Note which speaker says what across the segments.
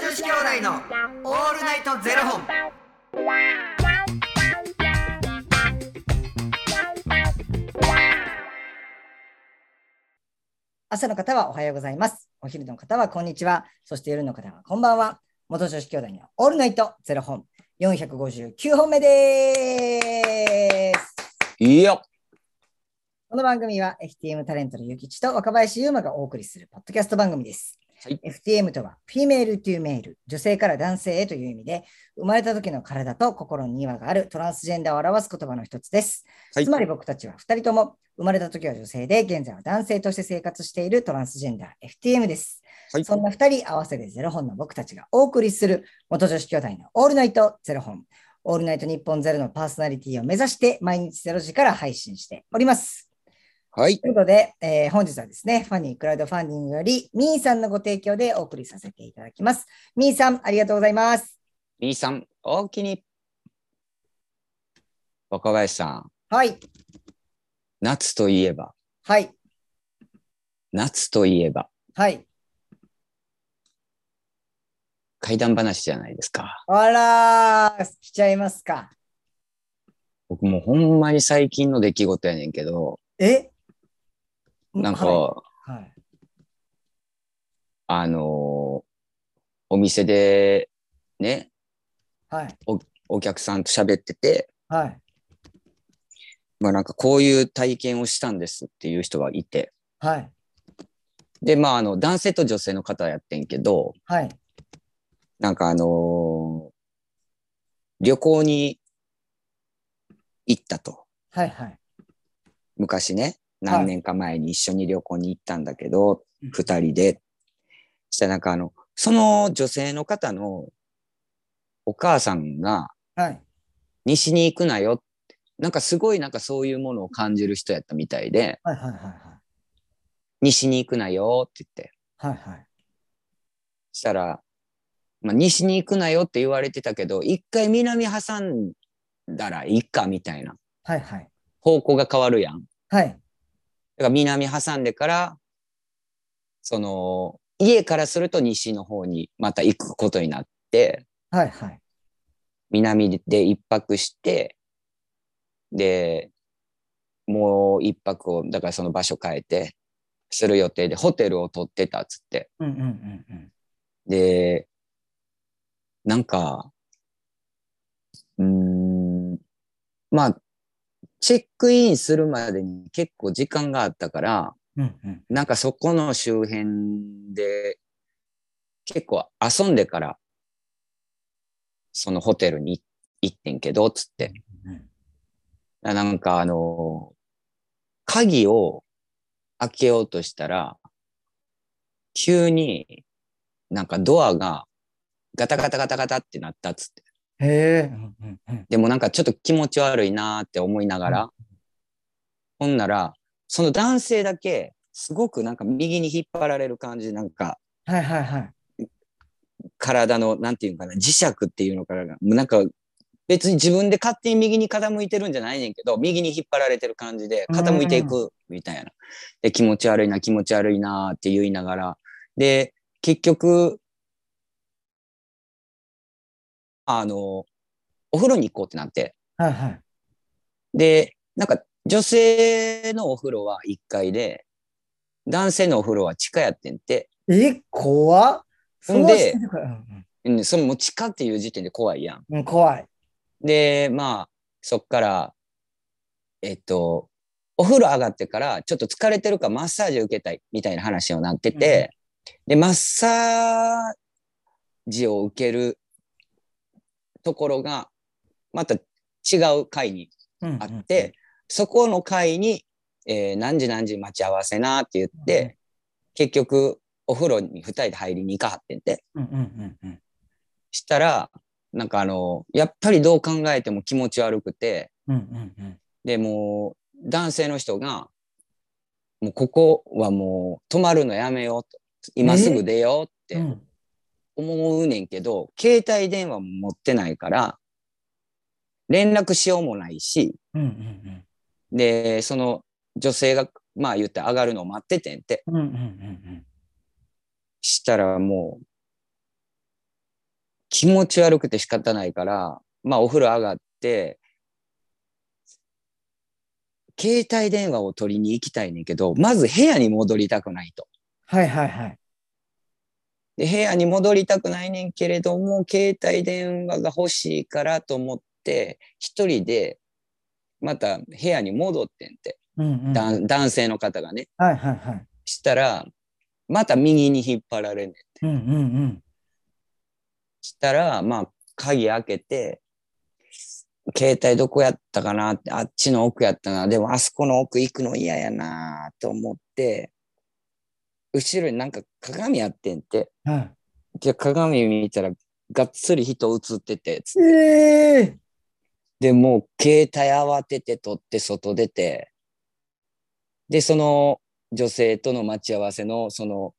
Speaker 1: 子兄弟のオールナイトゼロ本。
Speaker 2: 朝の方はおはようございます。お昼の方はこんにちは。そして夜の方はこんばんは。元女子兄弟のオールナイトゼロ本459本目です。
Speaker 3: いいよ
Speaker 2: この番組は FTM タレントのゆきちと若林優馬がお送りするポッドキャスト番組です。
Speaker 3: はい
Speaker 2: FTM とは、フィメールというメール、女性から男性へという意味で、生まれた時の体と心に違和があるトランスジェンダーを表す言葉の一つです。
Speaker 3: はい
Speaker 2: つまり僕たちは2人とも生まれた時は女性で現在は男性として生活しているトランスジェンダー FTM です。
Speaker 3: はい
Speaker 2: そんな2人合わせてゼロ本の僕たちがお送りする元女子兄弟のオールナイトゼロ本。オールナイト日本ゼロのパーソナリティを目指して毎日ゼロ時から配信しております。
Speaker 3: はい
Speaker 2: ということで、えー本日はですね、ファニークラウドファンディングよりミーさんのご提供でお送りさせていただきます。ミーさん、ありがとうございます。
Speaker 3: B さんおおきに若林さん
Speaker 2: はい、
Speaker 3: 夏といえば
Speaker 2: はい、
Speaker 3: 夏といえば
Speaker 2: はい。
Speaker 3: 怪談話じゃないですか
Speaker 2: あらー、来ちゃいますか。
Speaker 3: 僕もうほんまに最近の出来事やねんけど
Speaker 2: え
Speaker 3: なんか、
Speaker 2: はいはい、
Speaker 3: あのーお店でね
Speaker 2: はい、
Speaker 3: お客さんと喋ってて
Speaker 2: はい、
Speaker 3: まあなんかこういう体験をしたんですっていう人はいて
Speaker 2: はい、
Speaker 3: でまああの男性と女性の方やってんけど
Speaker 2: はい、
Speaker 3: なんかあのー旅行に行ったと。
Speaker 2: はい、はい。
Speaker 3: 昔ね、
Speaker 2: はい
Speaker 3: 何年か前に一緒に旅行に行ったんだけど
Speaker 2: うん、
Speaker 3: 二、人で。したらなんかあの、その女性の方のお母さんが
Speaker 2: はい、
Speaker 3: 西に行くなよって、なんかすごいなんかそういうものを感じる人やったみたいで、
Speaker 2: はい、はい、はい
Speaker 3: 西に行くなよって言って。
Speaker 2: はい、はい。
Speaker 3: したら、まあ、西に行くなよって言われてたけど、一回南挟んだらいいかみたいな。
Speaker 2: はい、はい、
Speaker 3: 方向が変わるやん。だ
Speaker 2: はい、
Speaker 3: から南挟んでから、その、家からすると西の方にまた行くことになって、
Speaker 2: はい、はい、
Speaker 3: 南で一泊して、で、もう一泊を、だからその場所変えて、する予定でホテルを取ってたっつって。
Speaker 2: うん、うん、うん、うん。
Speaker 3: で、なんか、うーん、まあ、チェックインするまでに結構時間があったから、
Speaker 2: うん、うん、
Speaker 3: なんかそこの周辺で結構遊んでからそのホテルに行ってんけど、つって。
Speaker 2: うん。
Speaker 3: ななんかあの、鍵を開けようとしたら、急になんかドアがガタガタガタガタってなったっつっ
Speaker 2: へ
Speaker 3: て。
Speaker 2: え、うん、うん、うん。
Speaker 3: でもなんかちょっと気持ち悪いなーって思いながら、ほんなら、その男性だけすごくなんか右に引っ張られる感じ、なんか
Speaker 2: はい、はい、はい。
Speaker 3: 体の、なんていうのかな、磁石っていうのからが、なんか、別に自分で勝手に右に傾いてるんじゃないねんけど、右に引っ張られてる感じで、傾いていくみたいな。で、気持ち悪いな、気持ち悪いなって言いながら。で、結局、あの、お風呂に行こうってなって。
Speaker 2: はい、はい、
Speaker 3: で、なんか、女性のお風呂は1階で、男性のお風呂は地下やってんて。
Speaker 2: え、怖っ
Speaker 3: ほんで
Speaker 2: その人がうん
Speaker 3: うん、そのもう地下っていう時点で怖いやん。
Speaker 2: うんうん、怖い。
Speaker 3: で、まあ、そっから、えっと、お風呂上がってから、ちょっと疲れてるからマッサージ受けたいみたいな話をなってて、で、マッサージを受けるところが、また違う階に
Speaker 2: うんうん
Speaker 3: あって、、そこの階に、えー何時何時待ち合わせなって言って、
Speaker 2: うん
Speaker 3: 結局、お風呂に2人で入りに行かはってんて。
Speaker 2: うん、うん、うん、うん。
Speaker 3: したら、なんかあの、やっぱりどう考えても気持ち悪くて、
Speaker 2: うん、うん、うん。
Speaker 3: で、もう男性の人が、もうここはもう泊まるのやめようと、今すぐ出ようって
Speaker 2: うんうん
Speaker 3: 思うねんけど、携帯電話も持ってないから、連絡しようもないし、
Speaker 2: うんうん
Speaker 3: で、その女性が、まあ言って上がるのを待っててんって、
Speaker 2: うんうんうんうん
Speaker 3: したらもう、気持ち悪くて仕方ないから、まあお風呂上がって、携帯電話を取りに行きたいねんけど、まず部屋に戻りたくないと。
Speaker 2: はいはいはい。
Speaker 3: で、部屋に戻りたくないねんけれども、携帯電話が欲しいからと思って、一人で、また部屋に戻ってんて、
Speaker 2: うんうん。はい
Speaker 3: だん男性の方がね。
Speaker 2: はいはい。
Speaker 3: したら、また右に引っ張られんね
Speaker 2: う
Speaker 3: ん。
Speaker 2: んうんうん。
Speaker 3: したら、まあ、鍵開けて、携帯どこやったかなって、あっちの奥やったな。でも、あそこの奥行くの嫌やなと思って、後ろになんか鏡やってんて。
Speaker 2: は
Speaker 3: で、鏡見たら、がっつり人映ってて、
Speaker 2: い、ええ
Speaker 3: で、もう携帯慌てて取って外出て、で、その女性との待ち合わせの、その、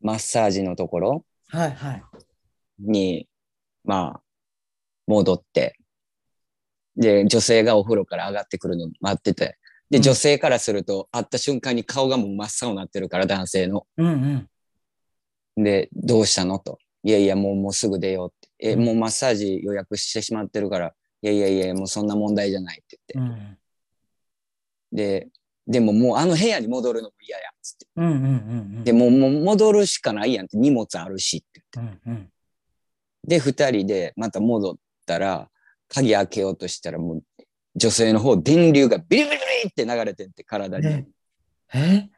Speaker 3: マッサージのところ
Speaker 2: はいはい。
Speaker 3: に、まあ、戻って、で、女性がお風呂から上がってくるの待ってて、
Speaker 2: う
Speaker 3: で、
Speaker 2: ん
Speaker 3: 女性からすると、会った瞬間に顔がもう真っ青になってるから、男性の。
Speaker 2: うんうん。
Speaker 3: で、どうしたのと。いやいや、もう、もうすぐ出ようって。え、
Speaker 2: うん
Speaker 3: もうマッサージ予約してしまってるから、いやいやいや、もうそんな問題じゃないって
Speaker 2: う
Speaker 3: 言っ
Speaker 2: ん
Speaker 3: て。で、でももうあの部屋に戻るのも嫌や、つって。
Speaker 2: うんうんうん。
Speaker 3: で、もうもう戻るしかないやんって、荷物あるしって。
Speaker 2: うんうん。
Speaker 3: で、二人でまた戻ったら、鍵開けようとしたら、もう、女性の方、電流がビリビリビリって流れてんって、体に
Speaker 2: え。え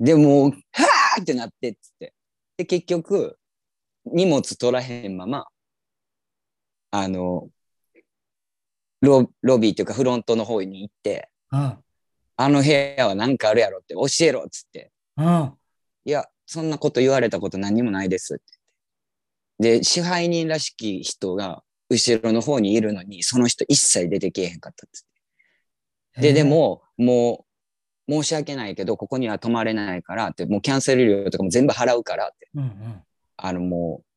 Speaker 3: で、もう、はーってなってっつって。で、結局、荷物取らへんまま、あの、ロロビーというかフロントの方に行って、
Speaker 2: うん
Speaker 3: あの部屋はなんかあるやろって教えろっつって。
Speaker 2: うん。
Speaker 3: いや、そんなこと言われたこと何にもないですって言って。で、支配人らしき人が後ろの方にいるのに、その人一切出てけえへんかったっつってで、で、も、もう、申し訳ないけど、ここには泊まれないからって、もうキャンセル料とかも全部払うからって、
Speaker 2: うん
Speaker 3: あの、もう、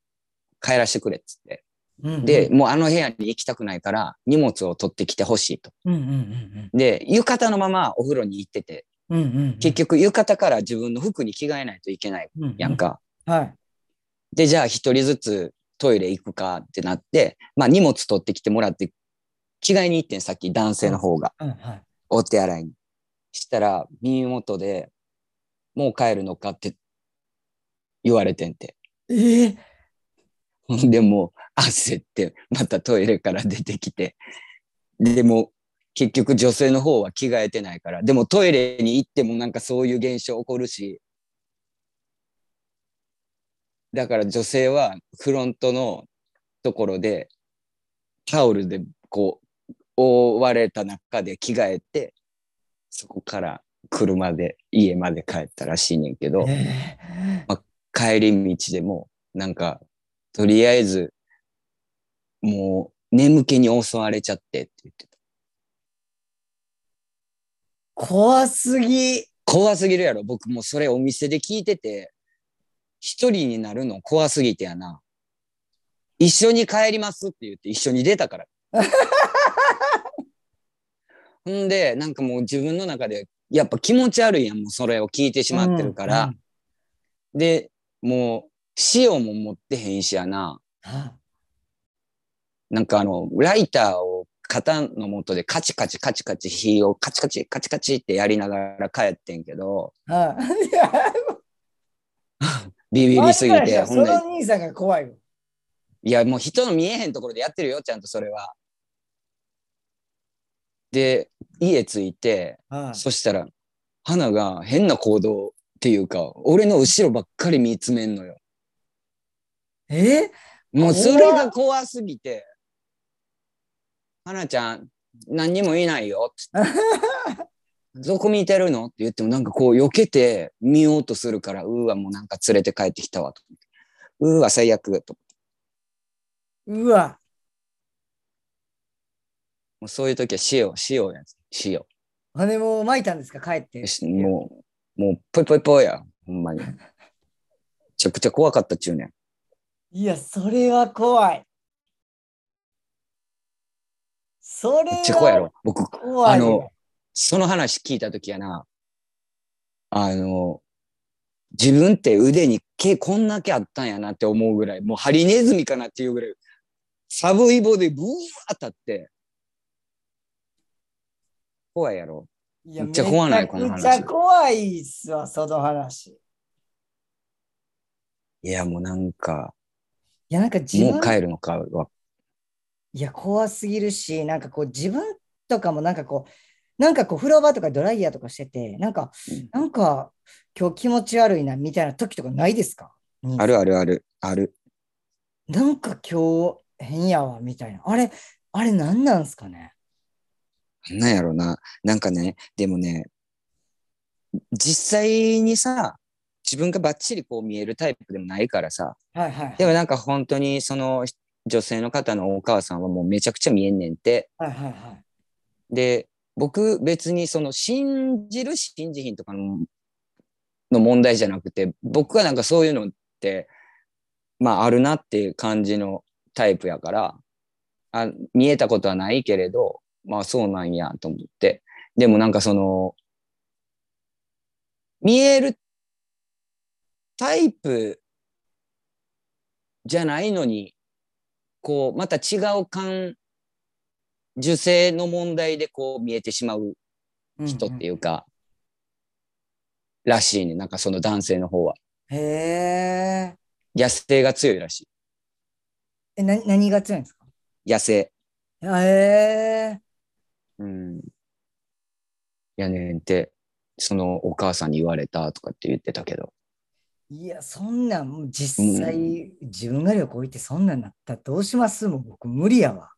Speaker 3: 帰らしてくれっつって。
Speaker 2: うん。
Speaker 3: で、、もうあの部屋に行きたくないから、荷物を取ってきてほしいと。
Speaker 2: うんうんうん
Speaker 3: で、浴衣のままお風呂に行ってて、
Speaker 2: うん。うんうん。
Speaker 3: 結局浴衣から自分の服に着替えないといけない
Speaker 2: 局
Speaker 3: やん。か。
Speaker 2: はい。
Speaker 3: で、じゃあ一人ずつトイレ行くかってなって、まあ荷物取ってきてもらって、着替えに行ってん、さっき男性の方が、
Speaker 2: うんはい。
Speaker 3: お手洗いに。したら、耳元で、もう帰るのかって言われてんて。
Speaker 2: ええ
Speaker 3: ほん で、もう焦って、またトイレから出てきて。でも、結局女性の方は着替えてないから。でもトイレに行ってもなんかそういう現象起こるし。だから女性はフロントのところで、タオルでこう、覆われた中で着替えて、そこから車で家まで帰ったらしいねんけど。
Speaker 2: え
Speaker 3: 帰り道でも、なんか、とりあえず、もう、眠気に襲われちゃってって言ってた。
Speaker 2: 怖すぎ。
Speaker 3: 怖すぎるやろ。僕もうそれお店で聞いてて、一人になるの怖すぎてやな。一緒に帰りますって言って一緒に出 たから。ほんで、なんかもう自分の中で、やっぱ気持ち悪いやん、もうそれを聞いてしまってるから。
Speaker 2: うんうん
Speaker 3: で、もう、塩も持ってへんしやな。
Speaker 2: あ
Speaker 3: なんかあの、ライターを型の元でカチカチカチカチ火をカチカチカチカチってやりながら帰ってんけど、
Speaker 2: あいや
Speaker 3: ビビりすぎ
Speaker 2: 怖い
Speaker 3: て、
Speaker 2: よ
Speaker 3: ほ
Speaker 2: そ
Speaker 3: んで、
Speaker 2: の兄さんが怖いよ。
Speaker 3: いやもう人の見えへんところでやってるよ、ちゃんとそれは。で、家着いて、
Speaker 2: はい
Speaker 3: そしたら、花が変な行動っていうか、俺の後ろばっかり見つめんのよ。
Speaker 2: え
Speaker 3: もうそれが怖すぎて、花ちゃん、何にもいないよ、つってどこ見てるのって言ってもなんかこう避けて見ようとするから、うーわ、もうなんか連れて帰ってきたわ、と思って。うーわ、最悪、と。
Speaker 2: うわ。
Speaker 3: もうそういう時は塩、塩やつ。塩。
Speaker 2: 羽根も巻いたんですか帰って。
Speaker 3: しもう、もう、ぽいぽいぽいや。ほんまに。めちゃくちゃ怖かったっちゅうねん。
Speaker 2: いや、それは怖い。それ
Speaker 3: め
Speaker 2: は
Speaker 3: っちゃ怖いやろ。僕、
Speaker 2: 怖い
Speaker 3: あ
Speaker 2: よ
Speaker 3: の。その話聞いた時やな。あの、自分って腕に毛こんだけあったんやなって思うぐらい、もうハリネズミかなっていうぐらい、サブイボでブワー当たって。怖いやろ。
Speaker 2: いや
Speaker 3: めっちゃ怖ないこの話
Speaker 2: めちゃ怖いっすわ、その話。い
Speaker 3: いや、もうなんか、
Speaker 2: や、なんか自
Speaker 3: もう
Speaker 2: 分、
Speaker 3: 帰るのかは。
Speaker 2: いや、怖すぎるし、なんかこう、自分とかもなんかこう、なんかこう、風呂場とかドライヤーとかしてて、なんか、
Speaker 3: うん
Speaker 2: なんか、今日気持ち悪いな、みたいな時とかないですか
Speaker 3: あるあるある、ある。
Speaker 2: なんか今日変やわ、みたいな。あれ、あれ何なんすかね
Speaker 3: なんやろな。なんかね、でもね、実際にさ、自分がバッチリこう見えるタイプでもないからさ、
Speaker 2: はいはい
Speaker 3: で
Speaker 2: は
Speaker 3: も
Speaker 2: い。
Speaker 3: なんか本当にその女性の方のお母さんはもうめちゃくちゃ見えんねんて。
Speaker 2: はいはいはい。
Speaker 3: で、僕別にその信じる信じひんとかのの問題じゃなくて、僕はなんかそういうのって、まああるなっていう感じのタイプやから、あ見えたことはないけれど、まあそうなんやと思って。でもなんかその、見えるタイプじゃないのに、こう、また違う感受精の問題でこう見えてしまう人っていうか、らしいね。なんかその男性の方は。
Speaker 2: うんうん。へ
Speaker 3: 野生が強いらし
Speaker 2: え。え、な何が強いんですか
Speaker 3: い。野生。
Speaker 2: へえ。
Speaker 3: うん。やねんって、そのお母さんに言われたとかって言ってたけど。
Speaker 2: いや、そんなん、もう実際、自分が旅行行ってそんなんなったらどうしますもう僕無理や わ。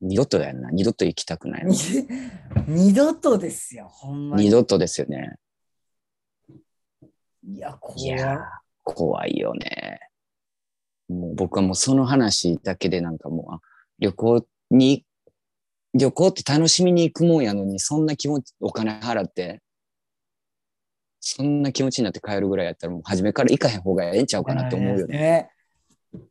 Speaker 3: 二度とだよな。二度と行きたくないな。
Speaker 2: 二度とですよ、ほんまに。
Speaker 3: 二度とですよね。
Speaker 2: いや、怖
Speaker 3: いやー、怖いよね。もう僕はもうその話だけでなんかもう、あ旅行に、旅行って楽しみに行くもんやのに、そんな気持ち、お金払って、そんな気持ちになって帰るぐらいやったら、もう初めから行かへん方がええんちゃうかなって思うよね。
Speaker 2: ね。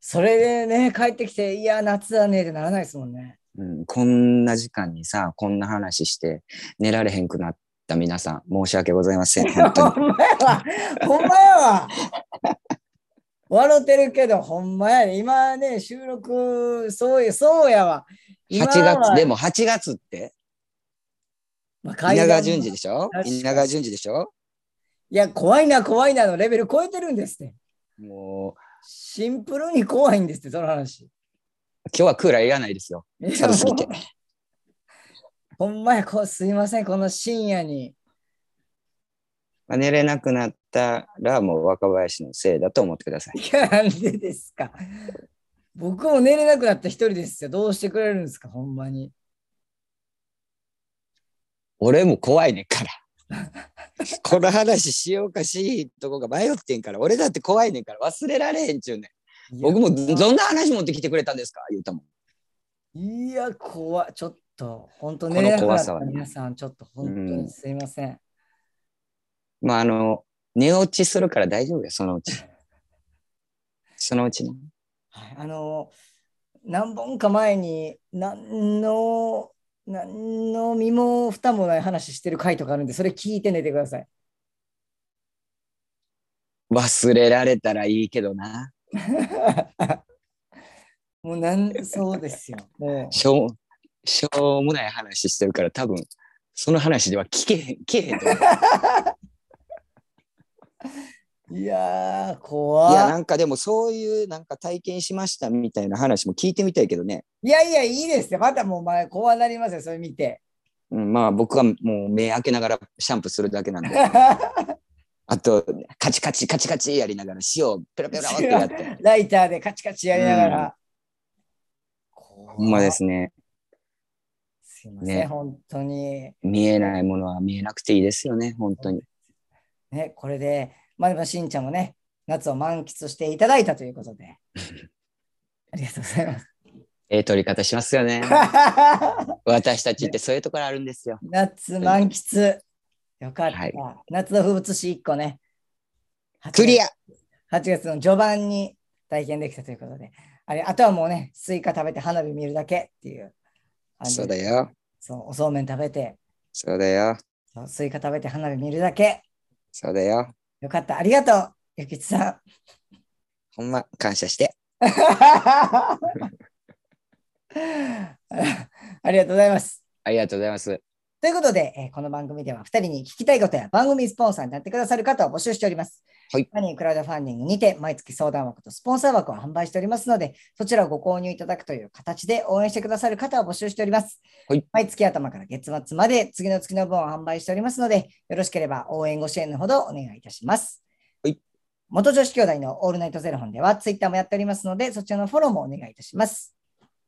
Speaker 2: それでね、帰ってきて、いや、夏だねってならないですもんね。
Speaker 3: うん、こんな時間にさ、こんな話して、寝られへんくなった皆さん、申し訳ございま せん。本当
Speaker 2: ほ
Speaker 3: に。
Speaker 2: んまやわ。ほんまやわ。笑ってるけど、ほんまやね。今ね、収録、そうや、そうやわ。
Speaker 3: 8
Speaker 2: 今は
Speaker 3: 月、でも8月って、
Speaker 2: まあ
Speaker 3: 稲川淳二でし
Speaker 2: 確
Speaker 3: ょ
Speaker 2: かに
Speaker 3: 稲川淳二でしょ
Speaker 2: いや、怖いな、怖いなのレベル超えてるんですって。
Speaker 3: もう、
Speaker 2: シンプルに怖いんですって、その話。
Speaker 3: 今日はクーラーいらないですよ。寒すぎて。
Speaker 2: ほんまや、こすいません、この深夜に。
Speaker 3: まあ寝れなくなったらもう若林のせいだと思ってください。
Speaker 2: いや、なんでですか。僕も寝れなくなった一人ですよ。どうしてくれるんですか、ほんまに。
Speaker 3: 俺も怖いねんから。 この話しようかしいとこが迷ってんから、俺だって怖いねんから忘れられへんちゅうねん。僕も
Speaker 2: いや
Speaker 3: どんな話持ってきてくれたんですか言うたもん。
Speaker 2: いや、怖い。ちょっと、本当
Speaker 3: こ
Speaker 2: 寝
Speaker 3: の
Speaker 2: れなくな
Speaker 3: 怖
Speaker 2: っ
Speaker 3: さ
Speaker 2: た
Speaker 3: はね
Speaker 2: 皆さん、ちょっと本当
Speaker 3: うん
Speaker 2: にすいません。
Speaker 3: まああの、寝落ちするから大丈夫よ、そ のうち。そのうちね。
Speaker 2: はい、あの、何本か前に、何の、何の身も蓋もない話してる回とかあるんで、それ聞いて寝てください。
Speaker 3: 忘れられたらいいけどな。
Speaker 2: もうなん、そうです よ。も
Speaker 3: しょう、しょうもない話してるから多分、その話では聞けへん、聞けへんと思う。
Speaker 2: う。いやー、
Speaker 3: いや、
Speaker 2: 怖。
Speaker 3: ないんかでもそういうなんか体験しましたみたいな話も聞いてみたいけどね。
Speaker 2: いやいや、いいですよ。またもう前、怖なりますよ、それ見て。
Speaker 3: うん、まあ僕はもう目開けながらシャンプーするだけなんで。あと、カチカチカチカチやりながら塩をペラペラってや って。
Speaker 2: ライターでカチカチやりながら。
Speaker 3: ほんまで。すね。
Speaker 2: すいません、
Speaker 3: ね
Speaker 2: 本当に。
Speaker 3: 見えないものは見えなくていいですよね、本当に。
Speaker 2: ね、これで、まあでもしんちゃんもね、夏を満喫していただいたということ で。ありがとうございます。
Speaker 3: ええ取り方しますよね。 私たちってそういうところあるんですよ。
Speaker 2: 夏満喫。よかった。
Speaker 3: はい
Speaker 2: 夏の風物詩1個ね。
Speaker 3: クリア
Speaker 2: 8月の序盤に体験できたということで。あれ、あとはもうね、スイカ食べて花火見るだけっていう感じ
Speaker 3: そうだよ。
Speaker 2: そう、おそうめん食べて、
Speaker 3: そうだよ。
Speaker 2: そうスイカ食べて花火見るだけ。
Speaker 3: そうだよ。
Speaker 2: よかった。ありがとう。ゆきつさん。
Speaker 3: ほんま感謝して。
Speaker 2: ありがとうございます。
Speaker 3: ありがとうございます。
Speaker 2: ということで、えーこの番組では2人に聞きたいことや番組スポンサーになってくださる方を募集しております。
Speaker 3: はい。
Speaker 2: マニークラウドファンディングにて毎月相談枠とスポンサー枠を販売しておりますので、そちらをご購入いただくという形で応援してくださる方を募集しております。
Speaker 3: はい。
Speaker 2: 毎月頭から月末まで次の月の分を販売しておりますので、よろしければ応援ご支援のほどお願いいたします。
Speaker 3: はい。
Speaker 2: 元女子兄弟のオールナイトゼロ本ではツイッターもやっておりますので、そちらのフォローもお願いいたします。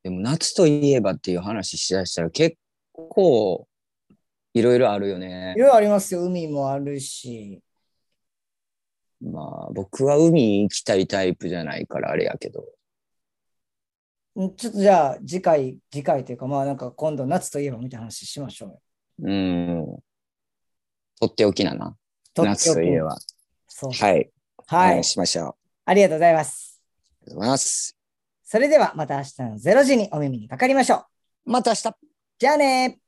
Speaker 3: でも夏といえばっていう話しだしたら結構いろいろあるよね
Speaker 2: い。ろいろありますよ。海もあるし。
Speaker 3: まあ僕は海行きたいタイプじゃないからあれやけど。
Speaker 2: うんちょっとじゃあ次回、次回というかまあなんか今度夏といえばみたいな話しましょうよ。
Speaker 3: うん。とっておきなな。
Speaker 2: とっておき
Speaker 3: 夏といえば。
Speaker 2: そう。
Speaker 3: はい。お
Speaker 2: は
Speaker 3: 願
Speaker 2: い
Speaker 3: い。しましょう。あ
Speaker 2: ありがとうございます。
Speaker 3: りがとうございます。
Speaker 2: それではまた明日の0時にお耳にかかりましょう。
Speaker 3: また明日。
Speaker 2: じゃあねー